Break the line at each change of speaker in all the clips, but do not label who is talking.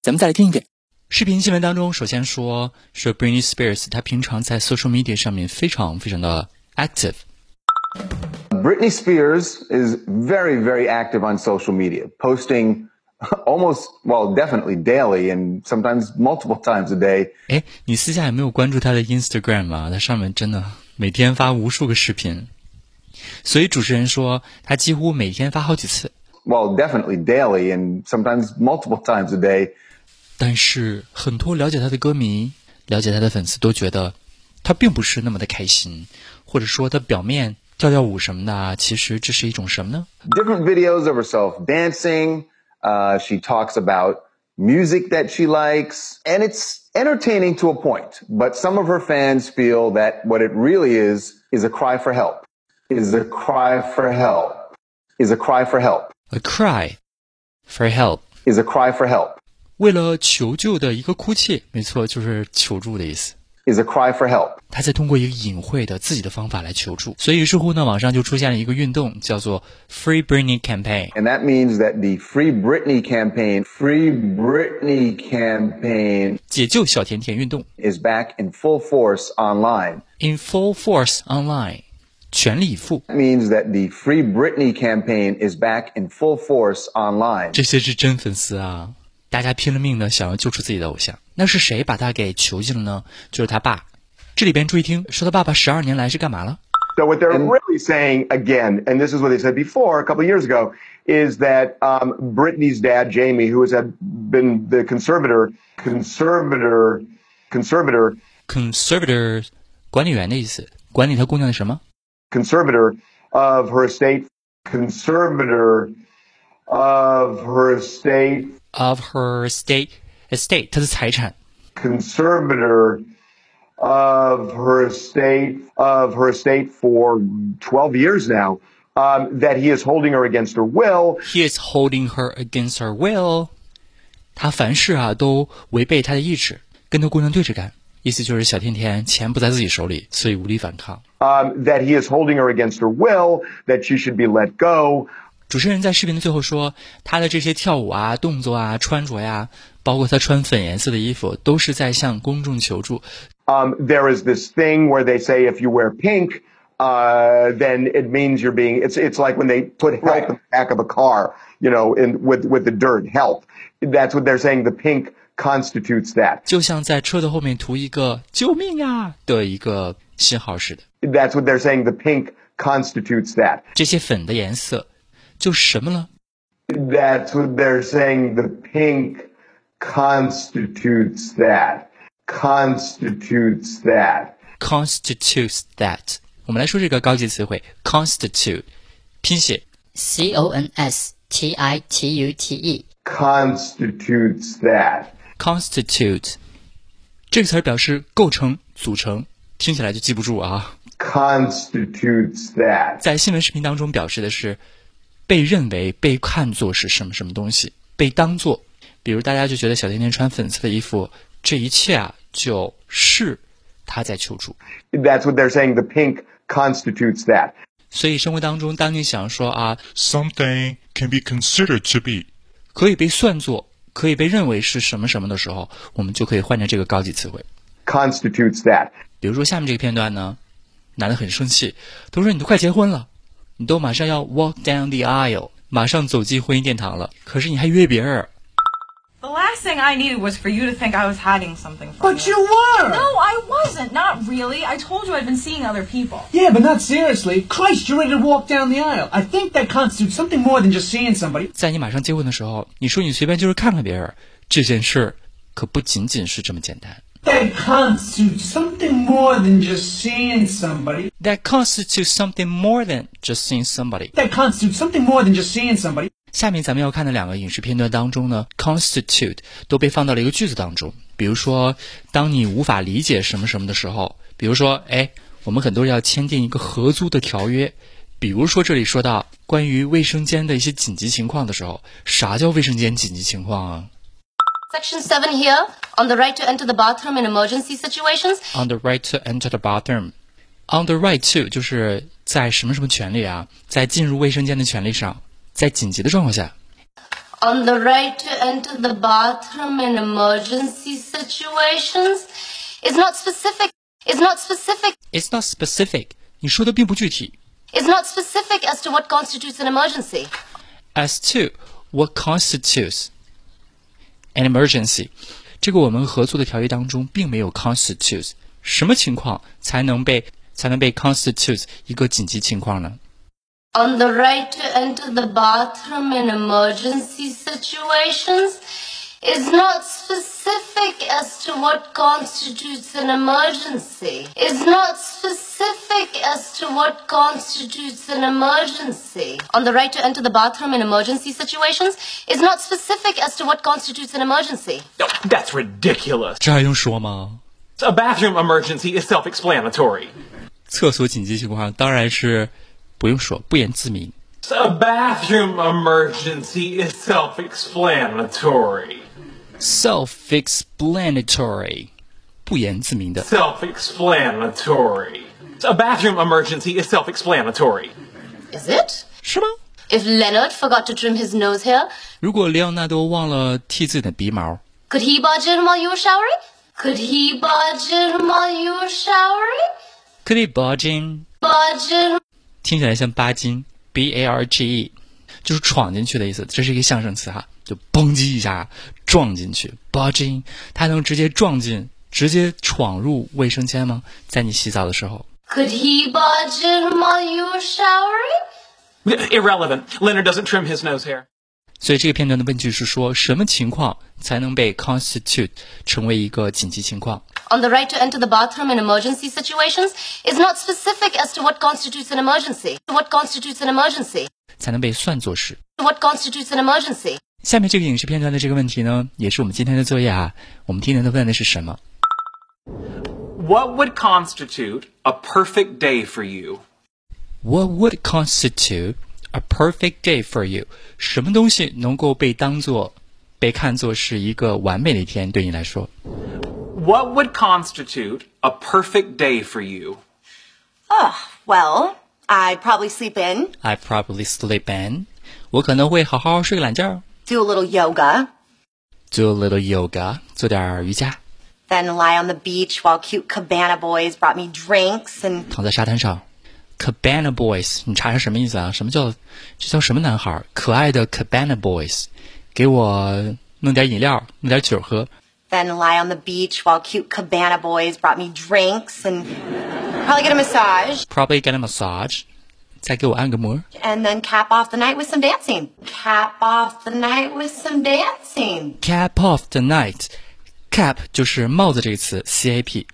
咱们再来听一遍。视频新闻当中，首先说说 Britney Spears，她平常在 social media 上面非常非常的 active。
Britney Spears is very, very active on social media, posting almost, well, definitely daily and sometimes multiple times a day.
哎，你私下有没有关注她的 Instagram 啊？她上面真的每天发无数个视频，所以主持人说她几乎每天发好几次。
Well, definitely daily and sometimes multiple times a day.
但是很多了解他的歌迷、了解他的粉丝都觉得，他并不是那么的开心，或者说他表面跳跳舞什么的啊，其实这是一种什么呢？
Different videos of herself dancing. Uh, she talks about music that she likes and it's entertaining to a point, but some of her fans feel that what it really is is a cry for help, is a cry for help, is a cry for help,
A cry for help，
is a cry for help.
为了求救的一个哭泣，没错，就是求助的意思。
is a cry for help.
他在通过一个隐晦的自己的方法来求助，所以于是乎呢，网上就出现了一个运动，叫做 Free Britney Campaign。
And that means that the Free Britney campaign, Free Britney campaign
解救小甜甜运动
is back in full force online.
in full force online，全力以赴。
That means that the Free Britney campaign is back in full force online.
这些是真粉丝啊！大家拼了命的想要救出自己的偶像，那是谁把他给囚禁了呢？就是他爸。这里边注意听，说他爸爸十二年来是干嘛了？
So what they're really saying again, and this is what they said before a couple of years ago, is that um, Britney's dad, Jamie, who has had been the conservator, conservator, conservator,
conservator，管理员的意思，管理他姑娘的什么？
conservator of her estate, conservator of her estate,
of her estate estate，她的财产。
conservator of her estate of her estate for 12 years now. Um, that he is holding her against her will.
He is holding her against her will。他凡事啊都违背他的意志，跟他姑娘对着干，意思就是小甜甜钱不在自己手里，所以无力反抗。
um, that he is holding her against her will, that she should be let go.
主持人在视频的最后说，她的这些跳舞啊、动作啊、穿着呀、包括她穿粉颜色的衣服，都是在向公众求助。
Um, there is this thing where they say if you wear pink, uh, then it means you're being. It's it's like when they put help in the back of a car, you know, in with with the dirt help. That's what they're saying. The pink constitutes that.
就像在车的后面涂一个“救命啊”的一个信号似的。
That's what they're saying. The pink constitutes that.
这些粉的颜色就是什么呢？
That's what they're saying. The pink constitutes that. Constitutes that.
constitutes that。我们来说这个高级词汇 constitute，拼写
C O N S T I T U T E。
Constitutes that.
constitute 这个词儿表示构成、组成，听起来就记不住啊。
constitutes that.
在新闻视频当中表示的是，被认为、被看作是什么什么东西，被当做，比如大家就觉得小甜甜穿粉色的衣服，这一切啊，就是她在求助。
That's what they're saying. The pink constitutes that.
所以生活当中，当你想说啊，
something can be considered to be
可以被算作，可以被认为是什么什么的时候，我们就可以换成这个高级词汇。
Constitutes that.
比如说下面这个片段呢，男的很生气，他说：“你都快结婚了，你都马上要 walk down the aisle，马上走进婚姻殿堂了，可是你还约别人儿。
The last thing I needed was for you to think I was hiding something from
But you were!
No, I wasn't. Not really. I told you I'd been seeing other people.
Yeah, but not seriously. Christ, you're ready to walk down the aisle. I think that constitutes something more than just seeing somebody.
在你马上结婚的时候，你说你随便就是看看别人儿，这件事儿可不仅仅是这么简单。
That constitutes something more than just seeing somebody.
That constitutes something more than just seeing somebody。
That constitutes something more than just seeing somebody.
下面咱们要看的两个影视片段当中呢，constitute 都被放到了一个句子当中。比如说，当你无法理解什么什么的时候，比如说，哎，我们很多人要签订一个合租的条约。比如说这里说到关于卫生间的一些紧急情况的时候，啥叫卫生间紧急情况啊
Section 7 here, on the right to enter the bathroom in emergency situations,
？On the right to enter the bathroom。On the right to 就是在什么什么权利啊，在进入卫生间的权利上，在紧急的状况下。
on the right to enter the bathroom in emergency situations is not specific, is not specific,
It's not specific，你说的并不具体。
is not specific as to what constitutes an emergency.
as to what constitutes an emergency。这个我们合作的条约当中并没有 constitutes，什么情况才能被才能被 constitutes 一个紧急情况呢？
On the right to enter the bathroom in emergency situations is not specific as to what constitutes an emergency. Is not specific as to what constitutes an emergency. On the right to enter the bathroom in emergency situations is not specific as to what constitutes an emergency.
No, that's ridiculous.
这还用说吗？
A bathroom emergency is self explanatory.
厕所紧急情况当然是不用说，不言自明。
A bathroom emergency is self explanatory.
Self-explanatory，不言自明的。
Self explanatory. A bathroom emergency is self explanatory.
Is it?
是吗？
If Leonard forgot to trim his nose hair,
如果列昂纳多忘了剃自己的鼻毛，
Could he barge in while you were showering? Could he barge in while you were showering?
可以 barge in
Barge in.
听起来像巴金 （B A R G E），就是闯进去的意思。这是一个象声词哈，就嘣叽一下撞进去 b u d g i n 它能直接撞进，直接闯入卫生间吗？在你洗澡的时候
Could he barge in while you were showering?
Irrelevant. Leonard doesn't trim his nose hair.
所以这个片段的问句是说什么情况才能被 constitute 成为一个紧急情况？
On the right to enter the bathroom in emergency situations is not specific as to what constitutes an emergency. What constitutes an emergency?
才能被算作是。
What constitutes an emergency?
下面这个影视片段的这个问题呢，也是我们今天的作业啊。我们今天的问的是什么？
What would constitute a perfect day for you?
What would constitute a perfect day for you？什么东西能够被当做、被看作是一个完美的一天对你来说
What would constitute a perfect day for you?
Oh,
Ah,
well, I'd probably sleep in,
？I probably sleep in。我可能会好好睡个懒觉
do a little yoga,
，do a little yoga，做点儿瑜伽，
then lie on the beach while cute cabana boys brought me drinks and
躺在沙滩上。Cabana Boys，你查查什么意思啊？什么叫这叫什么男孩儿？可爱的 Cabana Boys，给我弄点饮料，弄点酒喝。
then lie on the beach while cute cabana boys brought me drinks and probably get a massage
Probably get a massage，再给我按个摩。
and then cap off the night with some dancing. Cap off the night with some dancing.
cap off the night。cap 就是帽子这个词，c a p。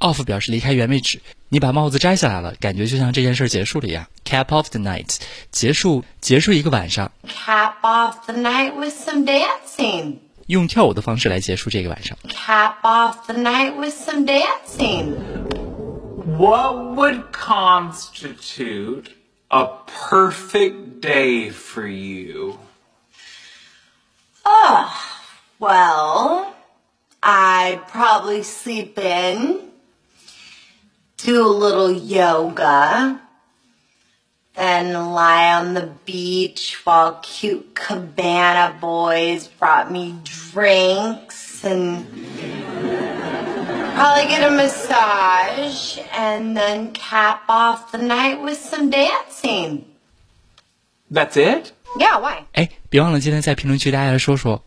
off 表示离开原位置，你把帽子摘下来了，感觉就像这件事儿结束了一样。cap off the night，结束结束一个晚上，
Cap off the night with some dancing.
用跳舞的方式来结束这个晚上。
Cap off the night with some dancing.
What would constitute a perfect day for you?
Oh, well, I'd probably sleep in, do a little yoga, then lie on the beach while cute cabana boys brought me drinks and probably get a massage and then cap off the night with some dancing.
That's it?
Yeah, why?
哎，别忘了今天在评论区大家来说说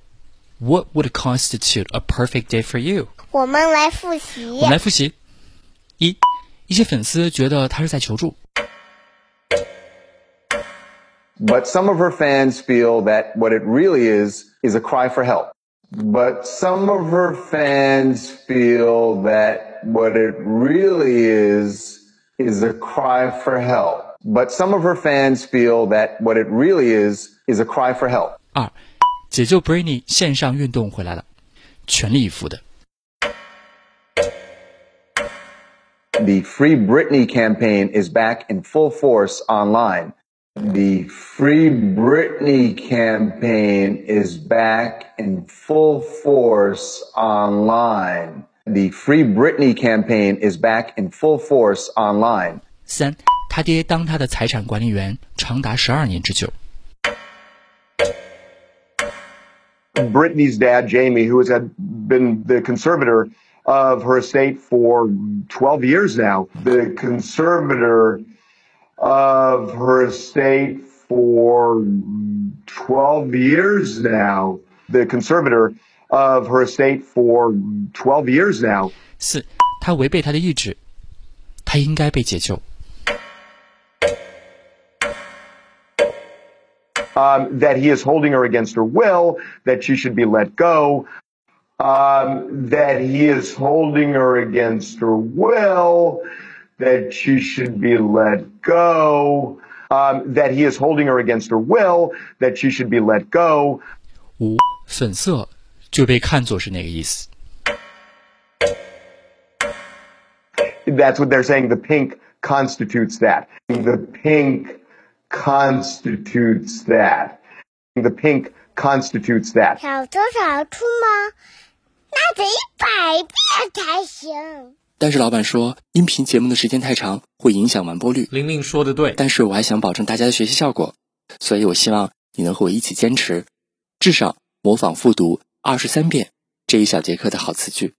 ，What would constitute a perfect day for you？
我们来复习
我们来复习：一，一些粉丝觉得他是在求助；
But some of her fans feel that what it really is is a cry for help. But some of her fans feel that what it really is is a cry for help. but some of her fans feel that what it really is is a cry for help.
二，解救 Britney 线上运动回来了，全力以赴的。
The Free Britney campaign is back in full force online. The Free Britney campaign is back in full force online. The Free Britney campaign is back in full force online.
三，他爹当他的财产管理员长达十二年之久。
Brittany's dad, Jamie, who has had been the conservator of her estate for 12 years now, the conservator of her estate for 12 years now, the conservator of her estate for 12 years now.
四，他违背他的意志，他应该被解救。
um, that he is holding her against her will, that she should be let go, um, that he is holding her against her will, that she should be let go, um, that he is holding her against her will, that she should be let go.
五，粉色就被看作是那个意思。
That's what they're saying. The pink constitutes that. The pink constitutes that. The pink constitutes that.
少走少出吗？那得一百遍才行。
但是老板说，音频节目的时间太长，会影响完播率。
玲玲说的对，
但是我还想保证大家的学习效果，所以我希望你能和我一起坚持，至少模仿复读二十三遍这一小节课的好词句。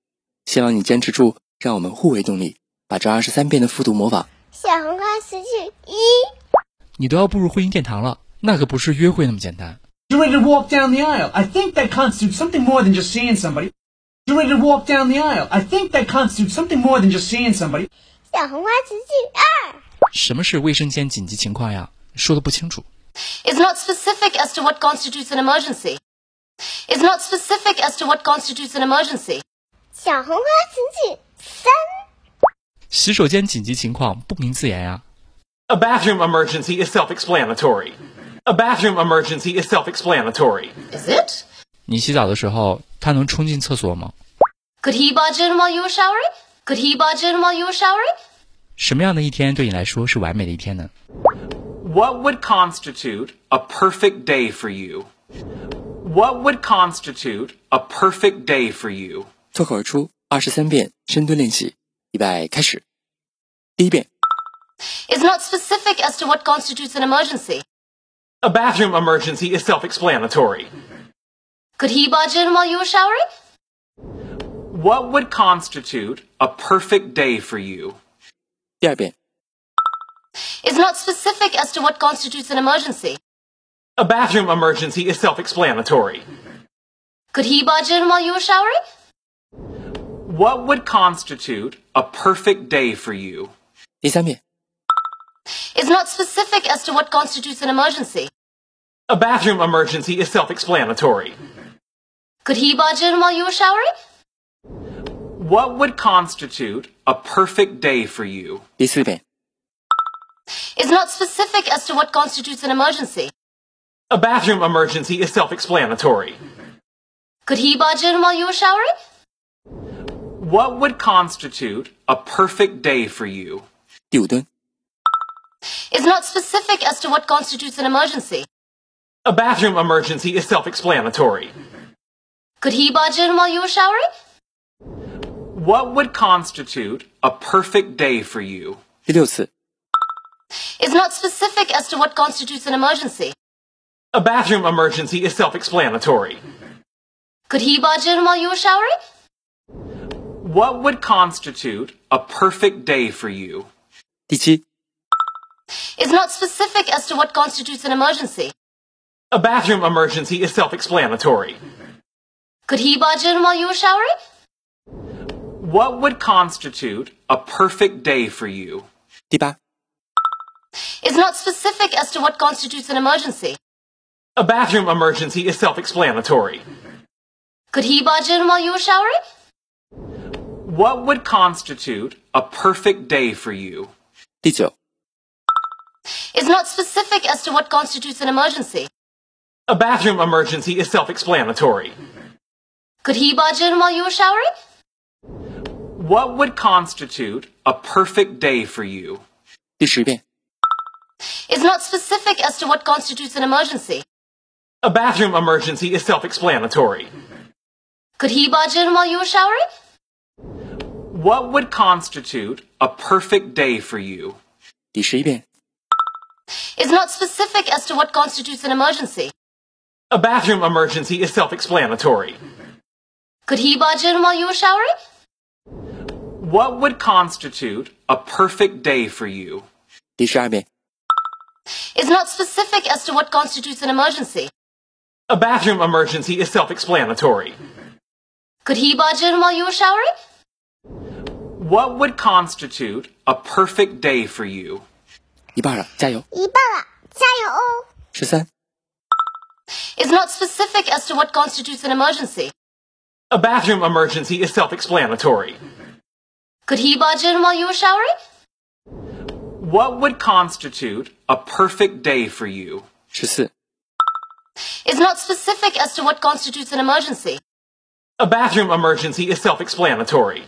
希望你坚持住，让我们互为动力，把这二十三遍的复读模仿，
小红花词句一，
你都要步入婚姻殿堂了，那可不是约会那么简单。
You're ready to walk down the aisle. I think that constitutes something more than just seeing somebody. You're ready to walk down the aisle. I think that constitutes something more than just seeing somebody.
小红花词句二，
什么是卫生间紧急情况呀？说的不清楚。
is not specific as to what constitutes an emergency. Is not specific as to what constitutes an emergency.
小红花词句三，
洗手间紧急情况不明自言呀、
a bathroom emergency is self-explanatory. A bathroom emergency is self-explanatory.
Is it?
你洗澡的时候，他能冲进厕所吗？
Could he barge in while you were showering? Could he barge in while you were showering?
什么样的一天对你来说是完美的一天呢？
What would constitute a perfect day for you? What would constitute a perfect day for you?
脱口而出二十三遍深蹲练习，预备开始。第一遍，
Is not specific as to what constitutes an emergency.
A bathroom emergency is self-explanatory.
Could he barge in while you were showering?
What would constitute a perfect day for you?
第二遍，
Is not specific as to what constitutes an emergency.
A bathroom emergency is self-explanatory.
Could he barge in while you were showering?
What would constitute a perfect day for you?
第三遍，
Is not specific as to what constitutes an emergency.
A bathroom emergency is self-explanatory.
Could he barge in while you were showering?
What would constitute a perfect day for you?
第四遍，
Is not specific as to what constitutes an emergency.
A bathroom emergency is self-explanatory.
Could he barge in while you were showering?
What would constitute a perfect day for you?
第五蹲，
Is not specific as to what constitutes an emergency.
A bathroom emergency is self-explanatory.
Could he barge in while you were showering?
What would constitute a perfect day for you?
第六次，
Is not specific as to what constitutes an emergency.
A bathroom emergency is self-explanatory.
Could he barge in while you were showering?
What would constitute a perfect day for you?
第七，
Is not specific as to what constitutes an emergency.
A bathroom emergency is self-explanatory.
Could he barge in while you were showering?
What would constitute a perfect day for you?
第八，
Is not specific as to what constitutes an emergency.
A bathroom emergency is self-explanatory.
Could he barge in while you were showering?
What would constitute a perfect day for you?
第九，
is not specific as to what constitutes an emergency.
A bathroom emergency is self explanatory.
Could he barge in while you were showering?
What would constitute a perfect day for you?
第十遍，
Is not specific as to what constitutes an emergency.
A bathroom emergency is self explanatory.
Could he barge in while you were showering?
What would constitute a perfect day for you?
第十一遍，
Is not specific as to what constitutes an emergency.
A bathroom emergency is self explanatory.
Could he barge in while you were showering?
What would constitute a perfect day for you?
第十二遍，
Is not specific as to what constitutes an emergency.
A bathroom emergency is self explanatory.
Could he barge in while you were showering?
What would constitute a perfect day for you?
一半了，加油！
一半了，加油哦！
十三、
Is not specific as to what constitutes an emergency.
A bathroom emergency is self explanatory.
Could he barge in while you were showering?
What would constitute a perfect day for you?
十四、
Is not specific as to what constitutes an emergency.
A bathroom emergency is self explanatory.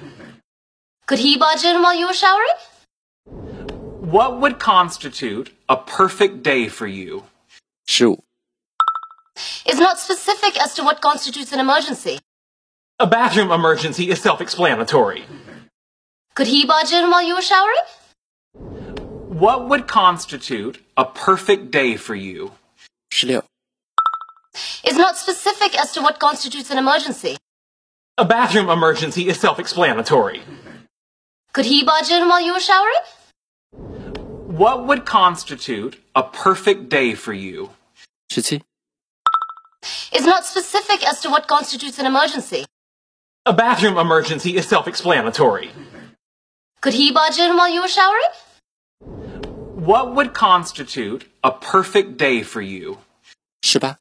Could he barge in while you were showering?
What would constitute a perfect day for you?
十五、
Is not specific as to what constitutes an emergency.
A bathroom emergency is self explanatory.
Could he barge in while you were showering?
What would constitute a perfect day for you?
十六、
Is not specific as to what constitutes an emergency.
A bathroom emergency is self explanatory.
Could he barge in while you were showering?
What would constitute a perfect day for you?
十七、
Is not specific as to what constitutes an emergency.
A bathroom emergency is self explanatory.
Could he barge in while you were showering?
What would constitute a perfect day for you?
十八、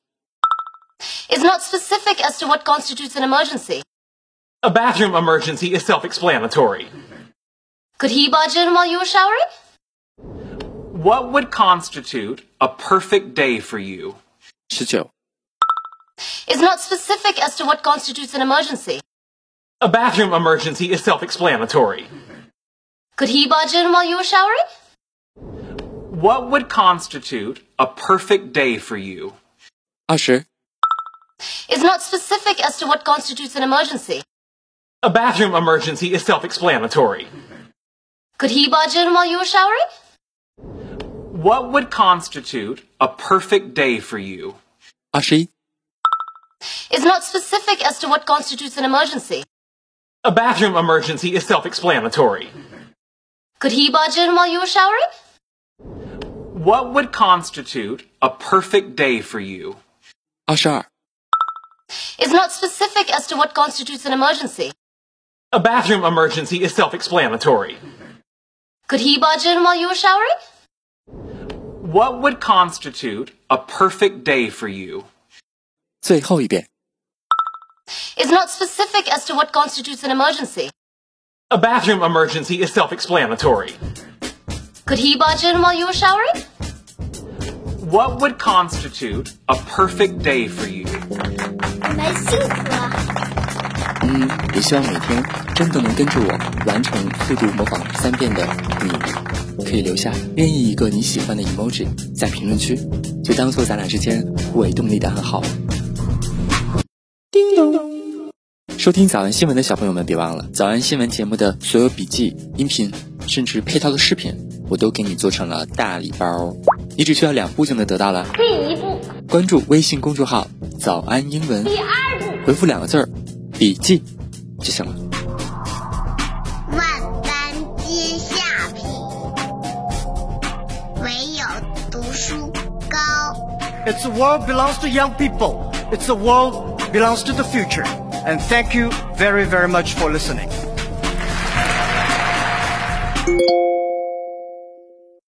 Is not specific as to what constitutes an emergency.
A bathroom emergency is self explanatory.
Could he barge in while you were showering?
What would constitute a perfect day for you?
十九、
Is not specific as to what constitutes an emergency.
A bathroom emergency is self explanatory.
Could he barge in while you were showering?
What would constitute a perfect day for you?
二十、
Is not specific as to what constitutes an emergency.
A bathroom emergency is self explanatory.
Could he barge in while you were showering?
What would constitute a perfect day for you?
二十一、
Is not specific as to what constitutes an emergency.
A bathroom emergency is self explanatory.
Could he barge in while you were showering?
What would constitute a perfect day for you?
二十二、
Is not specific as to what constitutes an emergency.
A bathroom emergency is self explanatory.
Could he barge in while you were showering?
What would constitute a perfect day for you?
最后一遍。
Is not specific as to what constitutes an emergency.
A bathroom emergency is self explanatory.
Could he barge in while you were showering?
What would constitute a perfect day for you?
蛮幸福啊。
嗯，也希望每天真的能跟着我完成复读模仿三遍的你，可以留下任意一个你喜欢的 emoji 在评论区，就当做咱俩之间互为动力的暗号。收听早安新闻的小朋友们，别忘了早安新闻节目的所有笔记、音频，甚至配套的视频，我都给你做成了大礼包，你只需要两步就能得到了。
第一步，
关注微信公众号“早安英文”，
第二步，
回复两个字儿“笔记”就行了。
万般皆下品，唯有读书高。
It's the world belongs to young people. It's the world belongs to the future. And thank you very, very much for listening.